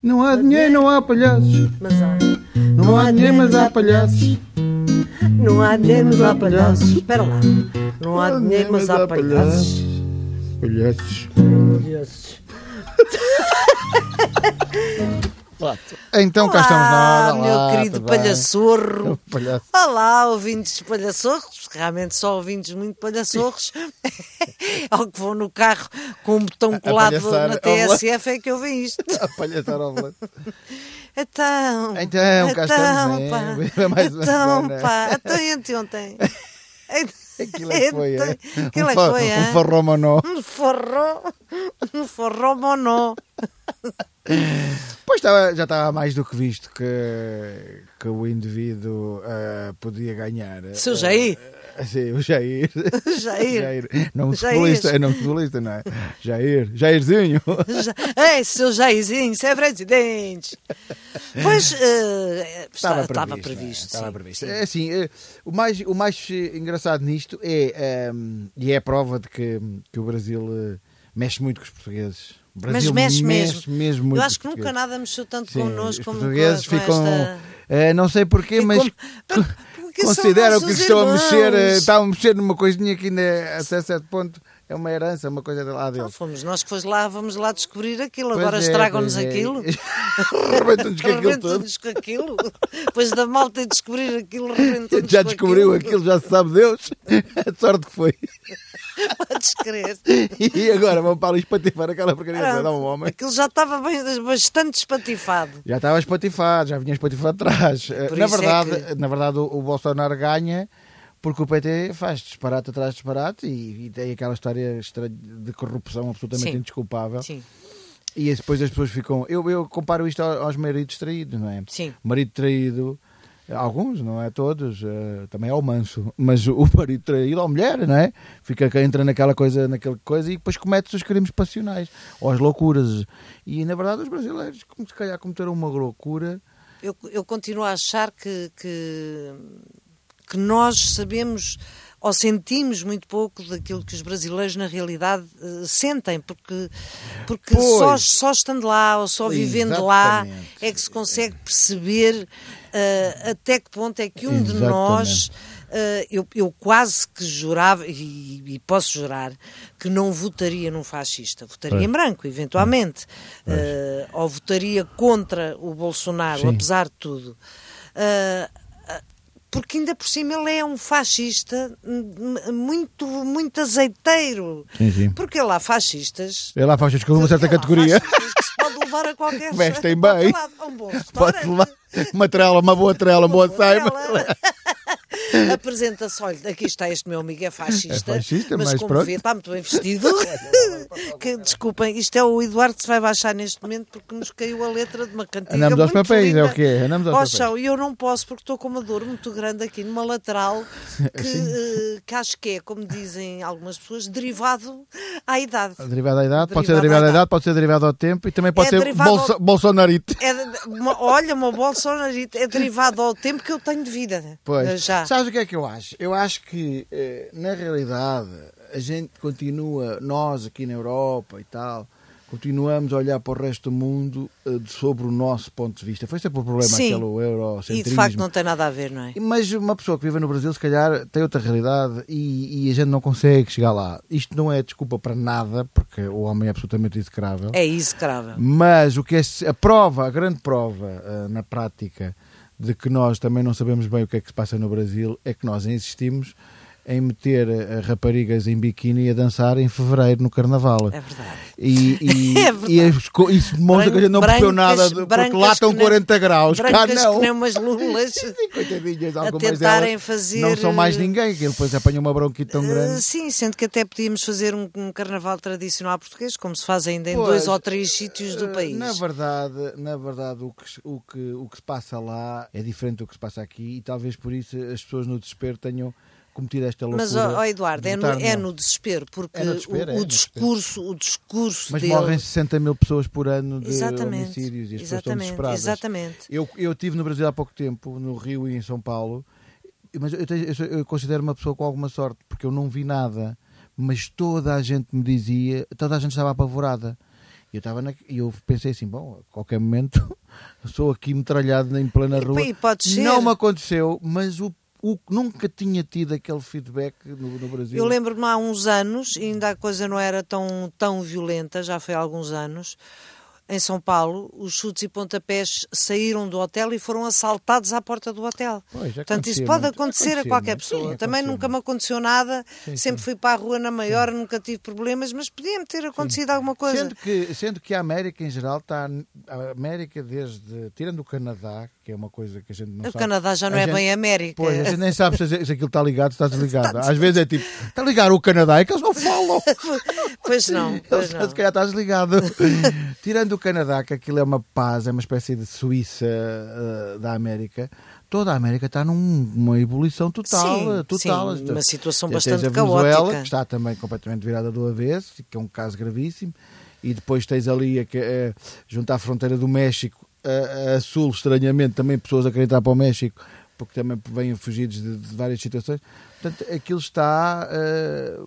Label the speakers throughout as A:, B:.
A: Não há dinheiro, não há palhaços.
B: Mas há.
A: Não há dinheiro, mas há palhaços.
B: Não há dinheiro, mas há palhaços. Espera lá. Não há dinheiro, mas há palhaços.
A: Palhaços.
B: Palhaços.
C: Então cá estamos nós.
B: Olá, Ah, meu querido
C: tudo bem? É um
B: palhaçorro.
C: Palhaço.
B: Olá, ouvintes palhaçorros, realmente só ouvintes muito palhaçorros, é o que vão no carro com um botão colado
C: palhaçar,
B: na
C: ao lado.
B: TSF é que eu vejo isto.
C: A palhaçar ao lado.
B: Então,
C: Então, cá estamos,
B: então,
C: hein?
B: pá,
C: Viva mais uma
B: então,
C: semana.
B: pá, então e anteontem?
C: Aquilo é que foi,
B: Então,
C: hein?
B: Aquilo é
C: um,
B: que
C: fa-
B: foi,
C: um
B: hein?
C: farró monó.
B: Um forró, um forró monó.
C: Pois estava, já estava mais do que visto que, que o indivíduo ah, podia ganhar.
B: Seu Jair,
C: Ah, sim, o Jair.
B: Jair,
C: Não
B: Jair.
C: futebolista, é não futebolista, não é? Jair. Jairzinho.
B: Ja- Ei, seu Jairzinho, você é presidente. Pois, eh, está- estava
C: não é?
B: previsto.
C: Estava
B: sim,
C: previsto.
B: sim.
C: É assim, eh, o mais, o mais eh, engraçado nisto é, ehm, e é a prova de que, que o Brasil eh, mexe muito com os portugueses. O Brasil
B: mexe
C: mesmo. muito com
B: Eu acho
C: os
B: que nunca
C: portugueses.
B: nada mexeu tanto
C: Sim,
B: connosco
C: os
B: como
C: portugueses
B: com, com
C: ficam,
B: esta...
C: eh, não sei porquê,
B: Ficam-
C: mas
B: Porque são
C: consideram que
B: nossos
C: estão a mexer, eh,
B: irmãos.
C: estão a mexer numa coisinha que ainda até certo ponto é uma herança, uma coisa de lá
B: Não,
C: deles.
B: fomos nós que fomos lá, vamos lá descobrir aquilo.
C: Pois
B: Então, Agora
C: é,
B: estragam-nos
C: pois é.
B: aquilo.
C: Arrebentam-nos com aquilo todo.
B: Rebentam-nos com aquilo. Depois da malta descobrir aquilo, rebentam-nos
C: Já
B: com
C: descobriu aquilo, já se sabe Deus. A sorte que foi.
B: Podes crer.
C: E agora vão para ali espatifar aquela porcaria toda, dá um
B: Pronto,
C: homem.
B: Aquilo já estava bem- bastante espatifado.
C: Já estava espatifado, já vinha espatifado atrás. Eh,
B: Por
C: Na
B: isso é
C: verdade,
B: que-
C: na verdade o, o Bolsonaro ganha porque o PT faz disparate atrás de disparate e, e tem aquela história estra- de corrupção absolutamente
B: Sim.
C: indesculpável.
B: Sim,
C: E depois as pessoas ficam. Eu, eu comparo isto ao- aos maridos traídos, não é?
B: sim.
C: Marido traído, alguns, não é todos, eh, também é o manso, mas o marido traído, ou mulher, não é? Fica, que entra naquela coisa, naquela coisa e depois comete os crimes passionais, ou as loucuras. E na verdade os brasileiros, como se calhar cometeram uma loucura.
B: Eu, eu continuo a achar que, que, que nós sabemos ou sentimos muito pouco daquilo que os brasileiros na realidade eh, sentem, porque, porque só,
C: Pois.
B: só estando lá ou só vivendo lá
C: Exatamente.
B: é que se consegue perceber eh, até que ponto é que um de nós. eh, eu, eu quase que jurava, e, e posso jurar, que não votaria num fascista. Votaria em branco, eventualmente. Eh, ou votaria contra o Bolsonaro,
C: Sim.
B: apesar de tudo. Eh, eh, porque ainda por cima ele é um fascista hum, hum, muito, muito azeiteiro.
C: Sim, sim.
B: Porque lá fascistas
C: Ele lá faz as coisas de uma certa
B: Sei lá,
C: categoria.
B: faz coisas que se pode levar a qualquer
C: Vestem
B: a qualquer
C: bem.
B: lado. A um bom
C: Pode
B: restaurante,
C: levar uma trela, uma boa trela, uma boa
B: boa
C: saiba.
B: tela. Apresenta-se, olha, aqui está este meu amigo, é fascista.
C: É fascista,
B: mas,
C: mas
B: como
C: pronto.
B: vê, está muito bem vestido. que, desculpem, isto é o Eduardo que se vai baixar neste momento porque nos caiu a letra de uma cantiga.
C: Andamos aos
B: muito
C: papéis,
B: linda.
C: é o que é? Andamos aos
B: Oh,
C: papéis.
B: chão, e eu não posso porque estou com uma dor muito grande aqui numa lateral que, eh, que acho que é, como dizem algumas pessoas, derivado à idade.
C: Derivado da idade, pode ser
B: Derivado à
C: derivado da
B: idade.
C: idade, pode ser derivado ao tempo e também pode
B: É
C: ser
B: derivado ao-
C: bolso, bolsonarite.
B: É, de- uma- olha, uma bolsonarita é derivado ao tempo que eu tenho de vida. né?
C: Pois.
B: Eh, Já.
C: Sabes o que é que eu acho? Eu acho que, eh, na realidade, a gente continua, nós aqui na Europa e tal, continuamos a olhar para o resto do mundo eh, de- sobre o nosso ponto de vista. Foi sempre o problema
B: Sim.
C: aquele eurocentrismo.
B: E de facto não tem nada a ver, não é?
C: Mas uma pessoa que vive no Brasil, se calhar, tem outra realidade e, e a gente não consegue chegar lá. Isto não é desculpa para nada, porque o homem é absolutamente execrável.
B: É execrável.
C: Mas o que é se- a prova, a grande prova ah, na prática de que nós também não sabemos bem o que é que se passa no Brasil é que nós insistimos em meter ah, raparigas em biquíni a dançar em fevereiro no carnaval.
B: É verdade.
C: E, e,
B: É verdade.
C: e as co- isso demonstra que a gente não percebeu nada de- porque lá estão 40 graus, cá
B: brancas
C: não.
B: que nem umas lulas.
C: Coitadinhas,
B: A
C: algumas
B: tentarem
C: delas
B: fazer-
C: Não são mais ninguém, que depois apanham uma bronquite tão
B: Eh,
C: É um grande.
B: Sim, sendo que até podíamos fazer um, um carnaval tradicional português, como se faz ainda em
C: Pois,
B: dois ou três sítios do
C: Eh,
B: país.
C: Na verdade, na verdade o, que, se- o, que, o que se passa lá é diferente do que se passa aqui e talvez por isso as pessoas no desespero tenham cometido esta loucura.
B: Mas, ó, ó, Eduardo,
C: de
B: é no,
C: votar
B: é
C: nele.
B: no desespero, porque
C: É no desespero,
B: o,
C: é
B: o
C: no desespero.
B: discurso, o discurso
C: Mas
B: dele-
C: morrem 60 mil pessoas por ano de
B: Exatamente,
C: homicídios e as pessoas estão
B: exatamente,
C: desesperadas.
B: exatamente.
C: Eu, eu estive no Brasil há pouco tempo, no Rio e em São Paulo, mas eu, tenho- eu sou- eu considero uma pessoa com alguma sorte, porque eu não vi nada, mas toda a gente me dizia, toda a gente estava apavorada. E eu, estava na, e eu pensei assim, bom, a qualquer momento sou aqui metralhado em plena rua.
B: E pode ser.
C: Não me aconteceu, mas o, o- nunca tinha tido aquele feedback no, no Brasil.
B: Eu lembro-me há uns anos, ainda a coisa não era tão, tão violenta, já foi há alguns anos, em São Paulo, os chutes e pontapés saíram do hotel e foram assaltados à porta do hotel.
C: Pois, já
B: Portanto, isso
C: acontecia
B: pode
C: muito.
B: acontecer a
C: Acontecia
B: qualquer
C: muito. Sim,
B: pessoa. Também
C: acontecia
B: nunca me aconteceu nada,
C: Sim,
B: sempre fui para a rua na maior, nunca tive problemas, mas podia-me ter acontecido alguma coisa.
C: Sendo que, sendo que a América em geral está. A América, desde. Tirando o Canadá, que é uma coisa que a gente não
B: O
C: sabe.
B: Canadá já não
C: a
B: é
C: gente-
B: bem América. Tá
C: Pois, a gente nem sabe se, se aquilo está ligado, se está desligado. Às vezes é tipo, está ligado o Canadá, é que eles não falam.
B: pois não,
C: Eles,
B: pois não.
C: Se calhar estás ligado. Tirando o Canadá, que aquilo é uma paz, é uma espécie de Suíça eh, da América, toda a América está num- numa ebulição total.
B: Sim,
C: eh, total.
B: sim, uma situação
C: Tens
B: bastante
C: a Venezuela,
B: caótica.
C: que está também completamente virada do avesso, que é um caso gravíssimo. E depois tens ali, a, que- eh, junto à fronteira do México, eh, a, a sul, estranhamente, também pessoas a querer entrar para o México, porque também vêm fugidos de, de várias situações. Portanto, aquilo está, eh,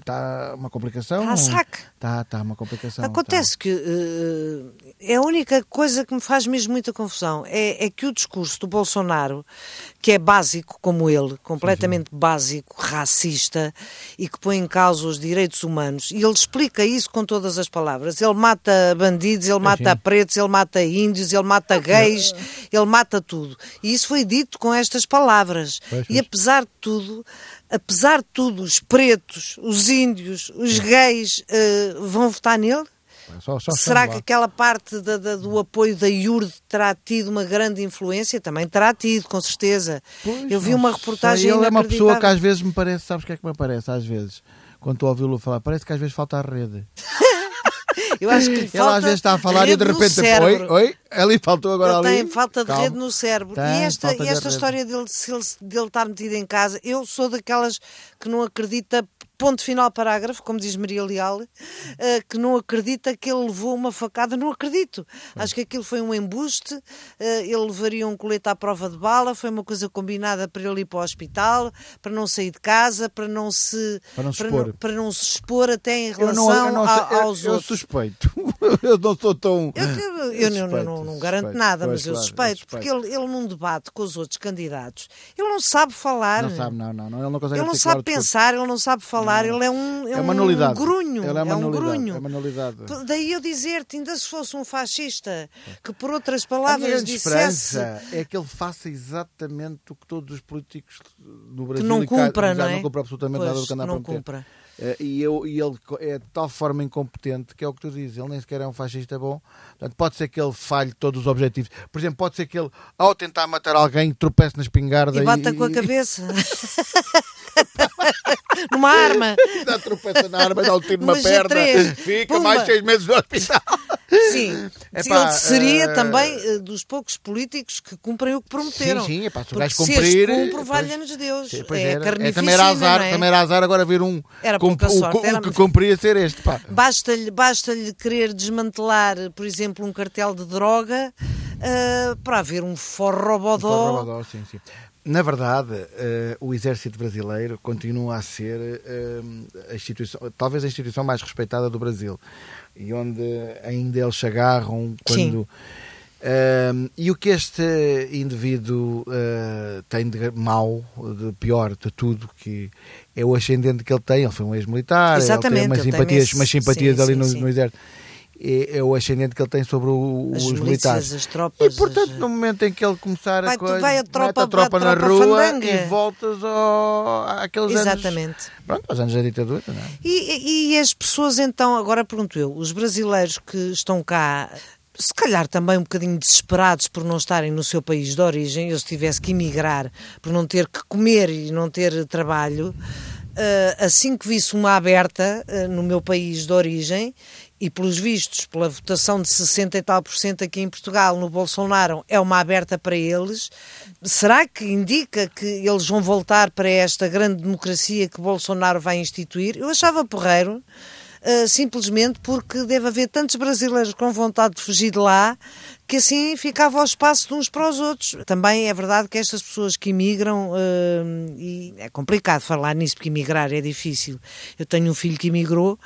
C: está uma complicação.
B: Está a saque.
C: Está, está uma complicação.
B: Acontece que eh, é a única coisa que me faz mesmo muita confusão é, é que o discurso do Bolsonaro, que é básico como ele, completamente básico, racista e que põe em causa os direitos humanos, e ele explica isso com todas as palavras. Ele mata bandidos, ele mata pretos, ele mata índios, ele mata gays, ele mata tudo. E isso foi dito com estas palavras.
C: Pois,
B: E
C: pois.
B: apesar de tudo, apesar de tudo, os pretos, os índios, os gays eh, vão votar nele?
C: Está. Só- só
B: Será
C: chama
B: que
C: Então lá.
B: aquela parte da- da- do apoio da IURD terá tido uma grande influência? Também terá tido, com certeza.
C: Pois,
B: Eu vi
C: não
B: uma
C: sei.
B: reportagem
C: Ele é uma pessoa que
B: inacreditável.
C: às vezes me parece, sabes o que é que me parece às vezes? Quando estou a ouvi-lo falar, parece que às vezes falta a rede.
B: Eu acho que lhe
C: Ele
B: falta
C: às vezes está a falar e eu
B: rede
C: de
B: no
C: repente, tipo, oi,
B: cérebro.
C: oi, ali faltou agora
B: Ele
C: ali.
B: tem falta de
C: Calma.
B: rede no cérebro.
C: Tem
B: e esta,
C: falta
B: e
C: de
B: esta
C: rede.
B: história dele, se ele- dele estar metido em casa, eu sou daquelas que não acredita, ponto final parágrafo, como diz Maria Leal, eh, que não acredita que ele levou uma facada. Não acredito. Acho que aquilo foi um embuste. eh, ele levaria um colete à prova de bala. Foi uma coisa combinada para ele ir para o hospital, para não sair de casa, para não se,
C: Para não se
B: não,
C: expor.
B: para não se expor até em
C: Eu
B: relação
C: não, eu não sei-
B: a-
C: eu-
B: aos
C: eu
B: outros.
C: suspeito. eu não sou tão.
B: Eu, eu- eu não- não, não- não garanto
C: É. suspeito.
B: nada,
C: Pois,
B: mas eu
C: claro,
B: suspeito, porque ele, ele num debate com os outros candidatos, ele não sabe falar,
C: Não sabe, é não, não, não, ele não consegue
B: ele não
C: articular
B: sabe
C: o discurso.
B: pensar, ele não sabe falar, ele é um, é
C: É uma
B: um
C: nulidade.
B: grunho,
C: Ele é uma
B: um
C: nulidade.
B: grunho.
C: É uma nulidade.
B: Daí eu dizer-te, ainda se fosse um fascista, que por outras
C: A minha
B: palavras
C: grande
B: dissesse
C: esperança é que ele faça exatamente o que todos os políticos do Brasil
B: não
C: e cá-
B: cumpra,
C: já
B: não é?
C: não cumpra absolutamente
B: Pois,
C: nada do que anda a
B: não
C: prometer.
B: cumpra.
C: Eh, E, eu, e ele co- é de tal forma incompetente que é o que tu dizes, ele nem sequer é um fascista bom. Portanto, pode ser que ele falhe todos os objetivos. Por exemplo, pode ser que ele, ao tentar matar alguém, tropece na espingarda
B: e bata com a cabeça numa arma.
C: Dá tropeça na arma, dá um tiro numa
B: Mas a
C: perna,
B: três,
C: fica
B: pumba.
C: mais seis meses no hospital.
B: Sim,
C: Epá,
B: ele seria
C: eh,
B: também eh, dos poucos políticos que cumprem o que prometeram.
C: Sim, sim, epá, se o
B: Porque
C: gajo
B: se
C: cumprir,
B: este cumpre,
C: pois-
B: valha-nos Deus.
C: Sim, pois
B: é
C: era.
B: carnificina,
C: É, também era azar,
B: não é?
C: também era azar agora ver um
B: Era
C: com-
B: pouca
C: o,
B: sorte,
C: o
B: era-
C: que cumpria ser este. Pá.
B: Basta-lhe basta querer desmantelar, por exemplo, um cartel de droga eh, para haver um forrobodó.
C: Salvador, sim, sim. Na verdade, eh, o exército brasileiro continua a ser eh, a instituição, talvez a instituição mais respeitada do Brasil e onde ainda eles se agarram quando. Eh, e o que este indivíduo eh, tem de mau, de pior de tudo, que é o ascendente que ele tem, ele foi um ex-militar, ele
B: Exatamente,
C: tem umas
B: ele tem
C: simpatias,
B: esse-
C: umas simpatias
B: sim,
C: ali
B: sim,
C: no,
B: sim.
C: no exército. É, é o ascendente que ele tem sobre o-
B: As
C: os
B: milícias,
C: militares.
B: as tropas,
C: e portanto,
B: as-
C: no momento em que ele começar
B: Vai
C: a
B: tu-
C: coisa,
B: vai a
C: mete
B: tropa- vai a
C: tropa na
B: tropa
C: rua
B: fandanga.
C: e voltas ao, àqueles anos.
B: Exatamente.
C: Pronto, aos anos da ditadura, não é?
B: E, e as pessoas então, agora pergunto eu, os brasileiros que estão cá, se calhar também um bocadinho desesperados por não estarem no seu país de origem, eu se tivesse que emigrar por não ter que comer e não ter trabalho, eh, assim que visse uma aberta eh, no meu país de origem, e pelos vistos, pela votação de 60 e tal por cento aqui em Portugal no Bolsonaro, é uma aberta para eles, será que indica que eles vão voltar para esta grande democracia que Bolsonaro vai instituir? Eu achava porreiro, eh, ah, simplesmente porque deve haver tantos brasileiros com vontade de fugir de lá que assim ficava ao espaço de uns para os outros. Também é verdade que estas pessoas que imigram, eh, e é complicado falar nisso porque imigrar é difícil. Eu tenho um filho que imigrou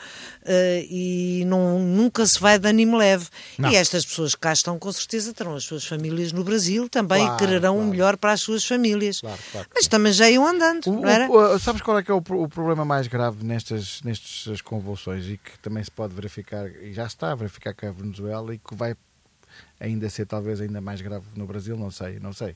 B: eh, e não, nunca se vai de ânimo leve. E estas pessoas que cá estão, com certeza, terão as suas famílias no Brasil também
C: Claro,
B: e quererão o
C: claro.
B: melhor para as suas famílias.
C: Claro, claro.
B: Mas também já iam andando,
C: O-
B: não era?
C: o- o- sabes qual é que é o, pro- o problema mais grave nestas, nestas convulsões e que também se pode verificar, e já está a verificar com a Venezuela e que vai ainda ser talvez ainda mais grave no Brasil, não sei, não sei.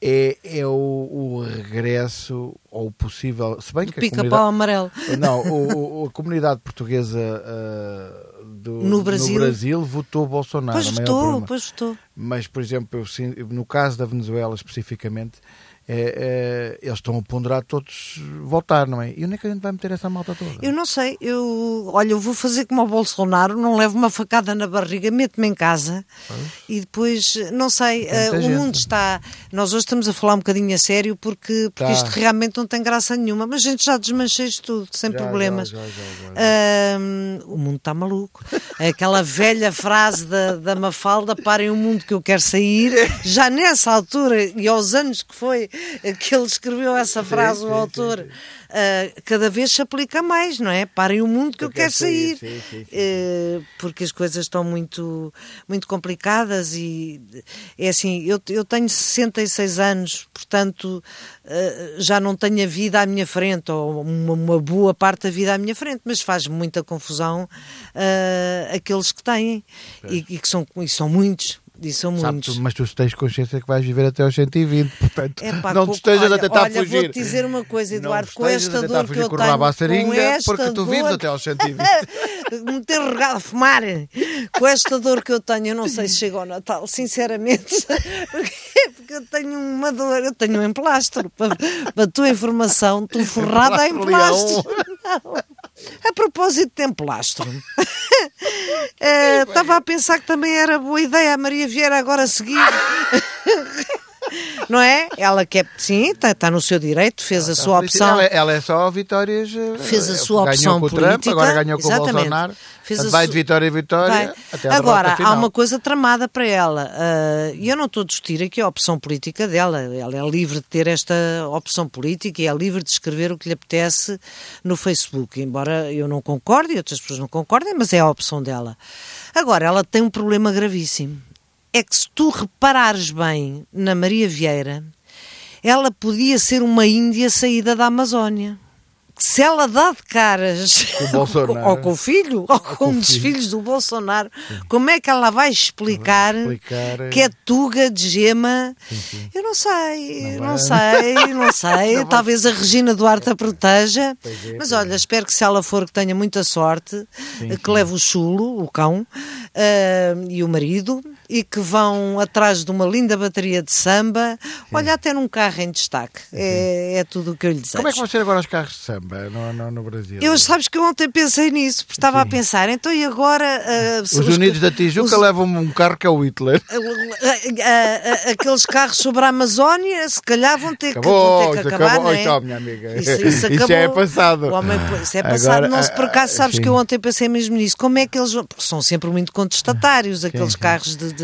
C: É, é o, o regresso ou o possível, se bem
B: Do
C: que a
B: pica-pau amarelo.
C: comunidade- não, o- o- a comunidade portuguesa ah, do,
B: No Brasil?
C: votou Bolsonaro.
B: Pois
C: é o maior
B: votou,
C: problema.
B: pois votou.
C: Mas, por exemplo, eu sin- no caso da Venezuela especificamente, é, é, eles estão a ponderar todos voltar, não é? E onde é que a gente vai meter essa malta toda?
B: Eu não sei, eu, olha, eu vou fazer como o Bolsonaro, não levo uma facada na barriga, meto-me em casa e depois, não sei,
C: Tem muita
B: eh, o
C: gente.
B: mundo está. Nós hoje estamos a falar um bocadinho a sério porque, porque
C: Tá.
B: isto realmente não tem graça nenhuma, mas a gente já desmanchei isto tudo, sem
C: Já,
B: problemas.
C: já, já, já, já.
B: Ahm, o mundo está maluco. Aquela velha frase da, da Mafalda: parem o mundo que eu quero sair. Já nessa altura e aos anos que foi que ele escreveu essa frase, o autor, ah, cada vez se aplica mais, não é? Parem o mundo que eu, quero sair.
C: sim, sim, sim.
B: Eh, porque as coisas estão muito, muito complicadas e é assim, eu, eu tenho 66 anos, portanto eh, já não tenho a vida à minha frente, ou uma, uma boa parte da vida à minha frente, mas faz muita confusão eh, aqueles que têm e, e que são, e são muitos. E são
C: Sabe,
B: muitos.
C: tu- mas tu tens consciência que vais viver até aos 120, portanto,
B: Epá,
C: não
B: com-
C: te estejas
B: olha,
C: a tentar
B: olha,
C: fugir.
B: vou-te dizer uma coisa,
C: Não
B: Eduardo,
C: te
B: com
C: estejas
B: esta
C: a tentar
B: dor
C: fugir
B: que eu
C: com o
B: tenho,
C: rabo à
B: com
C: seringa,
B: esta
C: porque tu vives
B: dor-
C: até aos 120.
B: me ter regado a fumar com esta dor que eu tenho, eu não sei se chega ao Natal, sinceramente, porque, porque eu tenho uma dor, eu tenho um emplastro. Para, para a tua informação, estou forrada em
C: Emplastro
B: emplastro. Não. A propósito de emplastro, eh, estava a pensar que também era boa ideia a Maria Vieira agora a seguir. Não é? Ela quer, sim, está no seu direito, fez a sua opção.
C: Ela, ela é só vitórias. eh,
B: Fez a sua
C: ganhou
B: opção
C: com o Trump,
B: política,
C: agora ganhou com
B: exatamente.
C: o Bolsonaro.
B: Fez
C: Portanto,
B: a
C: vai
B: su-
C: de vitória em vitória.
B: Vai.
C: Até à derrota
B: Agora, há
C: final.
B: uma coisa tramada para ela. ah, E eu não estou a discutir aqui a opção política dela. Ela é livre de ter esta opção política e é livre de escrever o que lhe apetece no Facebook. Embora eu não concorde e outras pessoas não concordem, mas é a opção dela. Agora, ela tem um problema gravíssimo. É que se tu reparares bem na Maria Vieira, ela podia ser uma Índia saída da Amazónia. Se ela dá de caras
C: o Bolsonaro.
B: ou com o filho, ou com um dos filhos do Bolsonaro, como é que ela vai explicar,
C: explicar, eh,
B: que é tuga de gema? Eu não sei, não, sei, não é, sei. Talvez a Regina Duarte a proteja, mas olha, espero que se ela for que tenha muita sorte, eh, que leve o chulo, o cão, eh, e o marido, e que vão atrás de uma linda bateria de samba, olha, até num carro em destaque. É, é tudo o que eu lhe desejo.
C: Como é que vão ser agora os carros de samba no, no, no Brasil?
B: Eu sabes que eu ontem pensei nisso, porque estava a pensar, então e agora ah, se
C: Os Unidos da Tijuca
B: os-
C: levam um carro que é o Hitler.
B: ah, ah, ah, aqueles carros sobre a Amazónia, se calhar vão ter que,
C: Acabou,
B: vão ter
C: isso
B: que acabar,
C: acabou.
B: não é?
C: Então, minha amiga.
B: Isso, isso
C: Isso
B: acabou.
C: é passado.
B: O homem, pô- isso é
C: Agora,
B: passado. não se por acaso
C: ah,
B: sabes
C: sim.
B: que eu ontem pensei mesmo nisso. Como é que eles vão. Porque são sempre muito contestatários aqueles
C: sim.
B: carros de, de-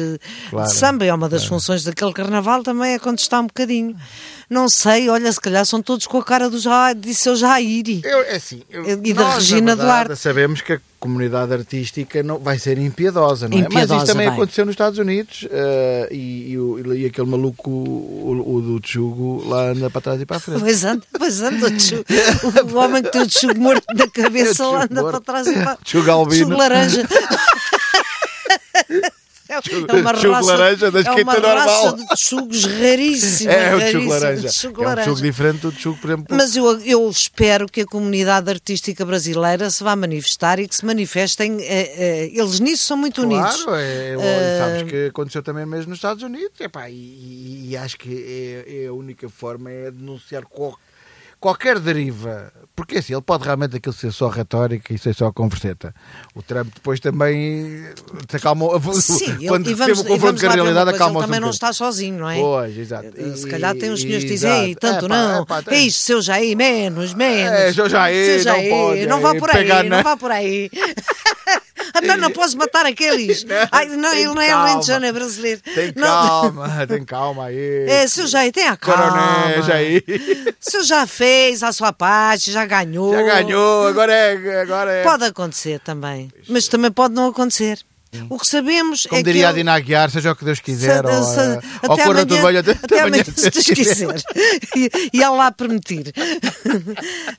C: Claro,
B: de samba. É uma das funções daquele carnaval também é contestar um bocadinho. Não sei, olha, se calhar são todos com a cara "Ah, do Ja- de seu Jairi.
C: Eu, é assim, eu-
B: E da
C: nós, na
B: Regina
C: verdade,
B: Duarte.
C: Sabemos que a comunidade artística não, vai ser impiedosa, não é? Mas
B: Impiedosa,
C: isso também
B: vai.
C: aconteceu nos Estados Unidos eh, e, e, o- e aquele maluco, o, o do Tchugo, lá anda para trás e para a frente.
B: Pois anda, pois anda, o tchu- o homem que tem o tchugo morto na cabeça
C: O
B: lá
C: tchugo
B: anda
C: morto.
B: para trás e para
C: Tchugo albino.
B: Tchugo laranja. É uma
C: Tchugo
B: raça,
C: laranja da
B: é uma
C: esquerda normal.
B: raça de tchugos raríssima.
C: É, o Tchugo
B: raríssima,
C: Laranja. É
B: tchugo
C: um
B: laranja.
C: Tchugo diferente do Tchugo, por exemplo.
B: Mas eu, eu espero que a comunidade artística brasileira se vá manifestar e que se manifestem. eh, eh, eles nisso são muito unidos.
C: Claro, é,
B: Eh,
C: sabes que aconteceu também mesmo nos Estados Unidos. Epá, e- e, e acho que é, é a única forma é denunciar qual- qualquer deriva. Porque assim, ele pode realmente aquilo ser só retórica e ser só converseta. O Trump depois também se acalmou.
B: Sim, ele-
C: quando
B: e
C: teve
B: vamos,
C: o
B: e vamos
C: confronto com a
B: lá ver uma
C: realidade,
B: coisa, ele
C: acalmou-se
B: também
C: um
B: não
C: bocadinho.
B: está sozinho, não é?
C: Pois, exato.
B: Eh, Se
C: E-
B: calhar tem os senhores que dizem,
C: exato.
B: "Ei, tanto
C: Epá,
B: não,
C: epá,
B: é isto, seu Jair, menos, menos.
C: seu É, Jair, não pode,
B: não vá
C: é,
B: por aí,
C: pegar
B: não
C: na-
B: vá por aí. Até não posso matar aqueles. Ai, não,
C: tem
B: ele não é
C: calma.
B: alentejano, é brasileiro.
C: Tem
B: Não-
C: calma, tem calma aí.
B: É, o senhor já tem a calma.
C: Coronés aí.
B: O senhor já fez a sua parte, já ganhou.
C: Já ganhou, agora é. Agora é.
B: Pode acontecer também, mas também pode não acontecer. O que sabemos
C: Hum. Como
B: é que.
C: diria a
B: ele-
C: Dina Aguiar, seja o que Deus quiser.
B: Se-
C: ou,
B: se-
C: eh, ou
B: até
C: corra
B: amanhã-
C: tudo bem, até, até amanhã,
B: se Deus quiser. e, e Allah permitir.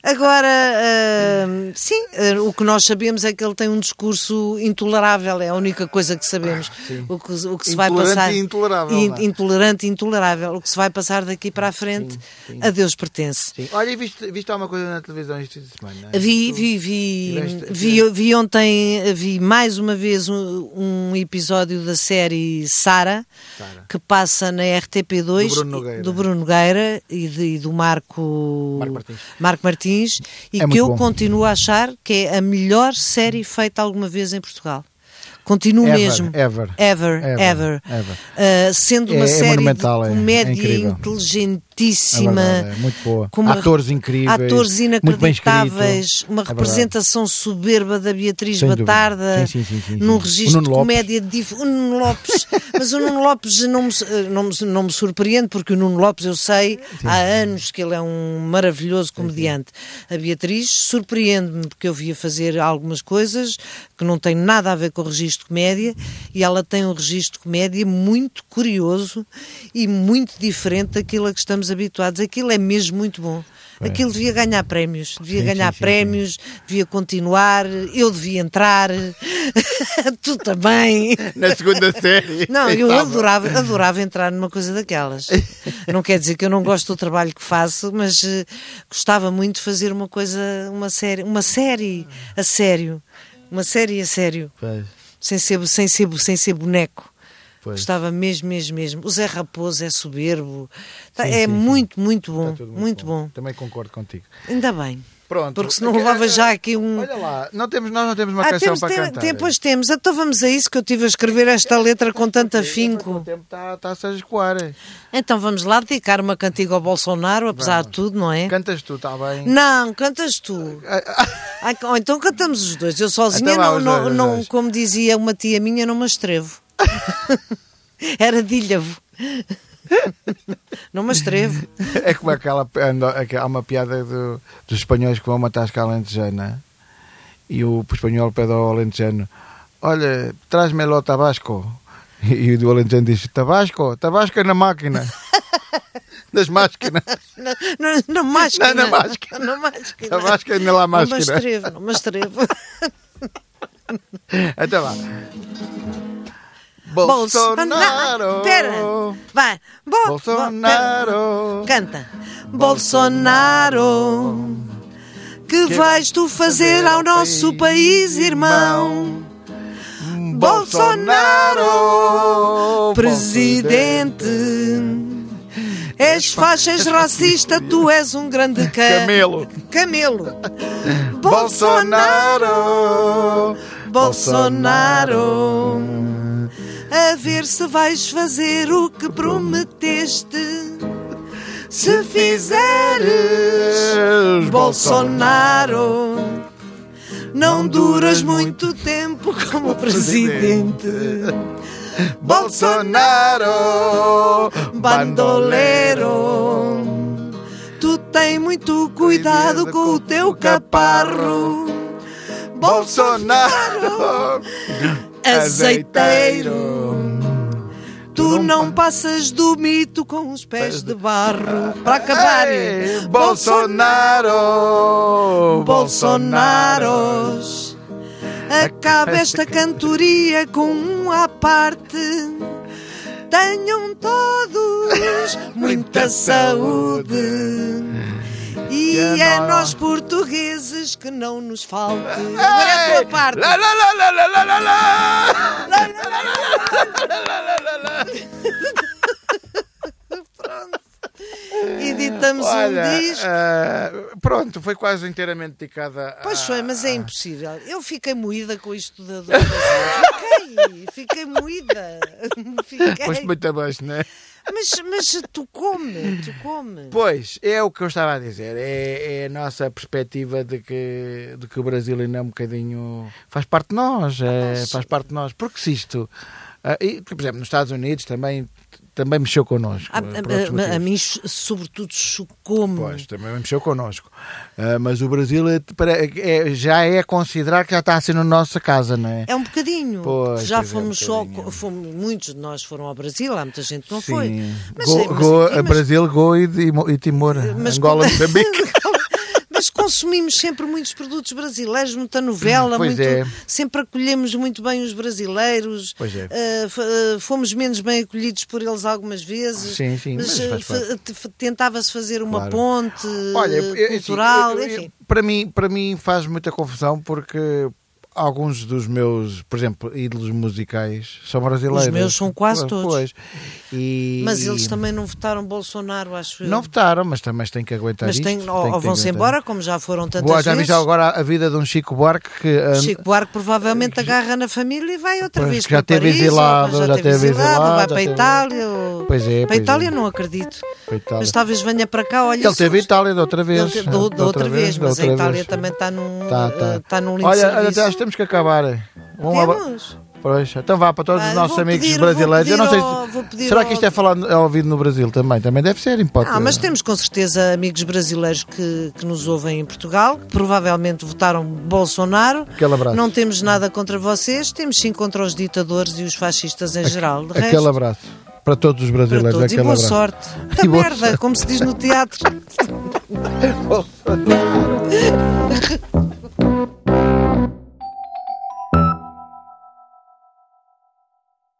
B: Agora, ah, sim, ah, o que nós sabemos é que ele tem um discurso intolerável, é a única coisa que sabemos. o que, o que se
C: Ah,
B: vai
C: Intolerante
B: passar.
C: e intolerável,
B: In-
C: não é?
B: intolerante e intolerável. O que se vai passar daqui para a frente, a Deus pertence.
C: Sim. Olha, e viste, viste alguma coisa na televisão este fim de semana?
B: Vi,
C: Tu-
B: vi, vi,
C: É tiveste-
B: vi, vi ontem, vi mais uma vez um, um episódio da série Sara,
C: Sara.
B: que passa na RTP2
C: Do Bruno Nogueira.
B: do Bruno Nogueira e, de- e do Marco,
C: Marco Martins.
B: Marco Martins, e
C: É
B: que
C: muito
B: eu
C: bom.
B: continuo a achar que é a melhor série feita alguma vez em Portugal. Continuo
C: Ever,
B: mesmo.
C: ever.
B: Ever,
C: Ever,
B: ever.
C: ever.
B: Uh, sendo uma
C: É- é
B: série de
C: monumental, é- é
B: comédia
C: incrível.
B: inteligentíssima.
C: É verdade, é muito boa.
B: com uma-
C: Atores incríveis,
B: Atores
C: muito bem escrito.
B: inacreditáveis. Uma
C: É verdade.
B: representação soberba da Beatriz
C: Sem dúvida.
B: Batarda.
C: Sim, sim, sim, sim,
B: num
C: sim.
B: registro
C: O Nuno
B: de
C: Lopes.
B: comédia. Dif... O Nuno Lopes. Mas o Nuno Lopes não me, eh, não, me, não me surpreende, porque o Nuno Lopes eu sei há anos que ele é um maravilhoso comediante. A Beatriz surpreende-me, porque eu via fazer algumas coisas que não têm nada a ver com o registro de comédia e ela tem um registro de comédia muito curioso e muito diferente daquilo a que estamos habituados. Aquilo é mesmo muito bom. Aquilo devia ganhar prémios, devia
C: É. Sim,
B: ganhar
C: sim, sim, sim.
B: prémios, devia continuar, eu devia entrar, tu também.
C: Na segunda série.
B: Não,
C: quem
B: eu
C: sabe?
B: adorava, adorava entrar numa coisa daquelas. Não quer dizer que eu não gosto do trabalho que faço, mas eh, gostava muito de fazer uma coisa, uma série, uma série a sério, uma série a sério,
C: Pois,
B: sem ser, sem ser, sem ser boneco.
C: pois.
B: Gostava mesmo, mesmo, mesmo. O Zé Raposo é soberbo, Tá-
C: Sim,
B: é
C: sim, sim.
B: muito, muito bom,
C: Está tudo
B: muito, bom.
C: Também concordo contigo.
B: Ainda bem,
C: Pronto. É
B: porque se não levava já aqui um.
C: Olha lá, não temos, nós não temos uma
B: Ah,
C: canção
B: temos,
C: para
B: tem,
C: cantar.
B: tem- pois temos, então vamos a isso que eu tive a escrever esta letra com tanto afinco.
C: O tempo está tá a se escoar.
B: Então vamos lá dedicar uma cantiga ao Bolsonaro, apesar de tudo, não é?
C: Cantas tu, está bem?
B: Não, cantas tu. Ai, ou então cantamos os dois. Eu sozinha
C: Ah, Então vá,
B: não,
C: os
B: não-
C: dois, os
B: não-
C: dois.
B: como dizia uma tia minha, não me estrevo. Era dilhavo. Não me estrevo.
C: É como aquela. ando- aqua- Há uma piada do- dos espanhóis que vão matar a alentejana e o espanhol pede ao alentejano: Olha, traz-me lá o tabasco. E o do alentejano diz: Tabasco, tabasco é na máquina. Nas máquinas.
B: Na, na, na máscara.
C: Na- na máscara.
B: Na máscara.
C: Tabasco é na lá
B: Não me
C: máscara.
B: estrevo, não me estrevo.
C: Até lá.
B: Bolsonaro. Ah, Pera. Vai. Bo-
C: Bolsonaro.
B: Canta. Bolsonaro, que vais tu fazer ao nosso país, irmão?
C: Bolsonaro.
B: Presidente, és faixas racista, tu és um grande ca-
C: Camelo.
B: Camelo.
C: Bolsonaro.
B: Bolsonaro, a ver se vais fazer o que prometeste. Se fizeres, Bolsonaro, não duras muito tempo como presidente.
C: Bolsonaro.
B: Bandoleiro, tu tens muito cuidado com o teu caparro.
C: Bolsonaro.
B: Azeiteiro. Tu não passas do mito com os pés de barro. Para acabar, eh,
C: Ei, Bolsonaro. Bolsonaro.
B: Bolsonaros. Acaba esta cantoria com um à parte. Tenham todos muita saúde. E
C: Que
B: é
C: nó-
B: nós portugueses que não nos falte. Agora é a tua parte.
C: Lá, lá, lá, lá, lá, lá, lá, lá.
B: Editamos um
C: Olha,
B: disco.
C: eh, pronto, foi quase inteiramente dedicada a.
B: Pois foi, mas é impossível. Eu fiquei moída com isto da dor. Fiquei, fiquei moída. Fiquei.
C: Pois muito abaixo, não é?
B: Mas, mas tocou-me, tocou-me.
C: Pois, é o que eu estava a dizer. É, é a nossa perspectiva de que, de que o Brasil ainda é um bocadinho. faz parte de nós. é,
B: Mas-
C: faz parte de nós. Porque se isto. ah, e, por exemplo, nos Estados Unidos também, também mexeu connosco.
B: A,
C: por outros
B: a, a- a
C: motivos.
B: mim, cho- sobretudo, chocou-me.
C: Pois, também mexeu connosco. Ah, mas o Brasil é- pare- é- já é considerar que já está assim na nossa casa, não é?
B: É um bocadinho.
C: Pois,
B: Já
C: pois é, um
B: fomos só.
C: bocadinho.
B: Fomos, muitos de nós foram ao Brasil, há muita gente que não
C: Sim.
B: foi.
C: Go-
B: mas-
C: Go-
B: mas-
C: Brasil, Go e, Timo- e Timor.
B: Mas-
C: Angola, Moçambique.
B: Mas consumimos sempre muitos produtos brasileiros, muita novela,
C: Pois
B: muito-
C: é.
B: sempre acolhemos muito bem os brasileiros,
C: Pois é.
B: eh, f- eh, fomos menos bem acolhidos por eles algumas vezes,
C: Sim, sim, mas
B: eh,
C: faz parte.
B: fa- te- fa- tentava-se fazer uma
C: Claro.
B: ponte
C: Olha,
B: eh,
C: eu- eu- assim,
B: cultural,
C: eu- eu-
B: enfim.
C: Para mim, para mim faz muita confusão porque alguns dos meus, por exemplo, ídolos musicais são brasileiros.
B: Os meus são quase
C: Pois,
B: todos.
C: pois. E-
B: Mas eles
C: e
B: também não votaram Bolsonaro, acho eu.
C: não votaram, mas também têm que aguentar
B: mas
C: isto.
B: têm- ou,
C: têm
B: ou
C: que
B: vão-se
C: aguentar.
B: embora, como já foram tantas
C: Boa, já
B: vezes.
C: viste agora a vida de um Chico Buarque que ah,
B: Chico Buarque provavelmente agarra na família e vai outra
C: eh, Pois,
B: vez
C: já
B: para
C: teve
B: Paris, ou-
C: exilado,
B: já,
C: já
B: teve
C: teve
B: exilado,
C: exilado,
B: vai
C: já
B: para a
C: teve-
B: Itália. ou-
C: Pois é,
B: Para a
C: pois
B: Itália
C: é.
B: não acredito.
C: Para a Itália.
B: Mas talvez venha para cá, olha...
C: Ele
B: isso-
C: teve a Itália da outra vez.
B: Ele teve- da- da
C: Da
B: outra vez,
C: da
B: mas a
C: outra
B: Itália
C: vez.
B: também está num,
C: Tá,
B: eh,
C: tá.
B: está num lindo
C: Olha, olha,
B: serviço.
C: acho que temos que acabar. Um abra-
B: Temos.
C: Pois, então vá para todos
B: Ah,
C: os nossos
B: vou
C: amigos
B: pedir-
C: brasileiros.
B: vou
C: Eu não
B: pedir
C: sei
B: ao-
C: se-
B: vou pedir
C: será
B: ao-
C: que isto é falado, é ouvido no Brasil também? Também deve ser, hipótese.
B: Ah, mas temos com certeza amigos brasileiros que, que nos ouvem em Portugal, que provavelmente votaram Bolsonaro.
C: Aquele abraço.
B: Não temos nada contra vocês, temos sim contra os ditadores e os fascistas em geral. De
C: Aquele
B: resto,
C: abraço para todos os brasileiros. é
B: para todos. E
C: aquele
B: boa
C: abraço.
B: sorte. Da
C: E boa
B: merda, como se diz no teatro.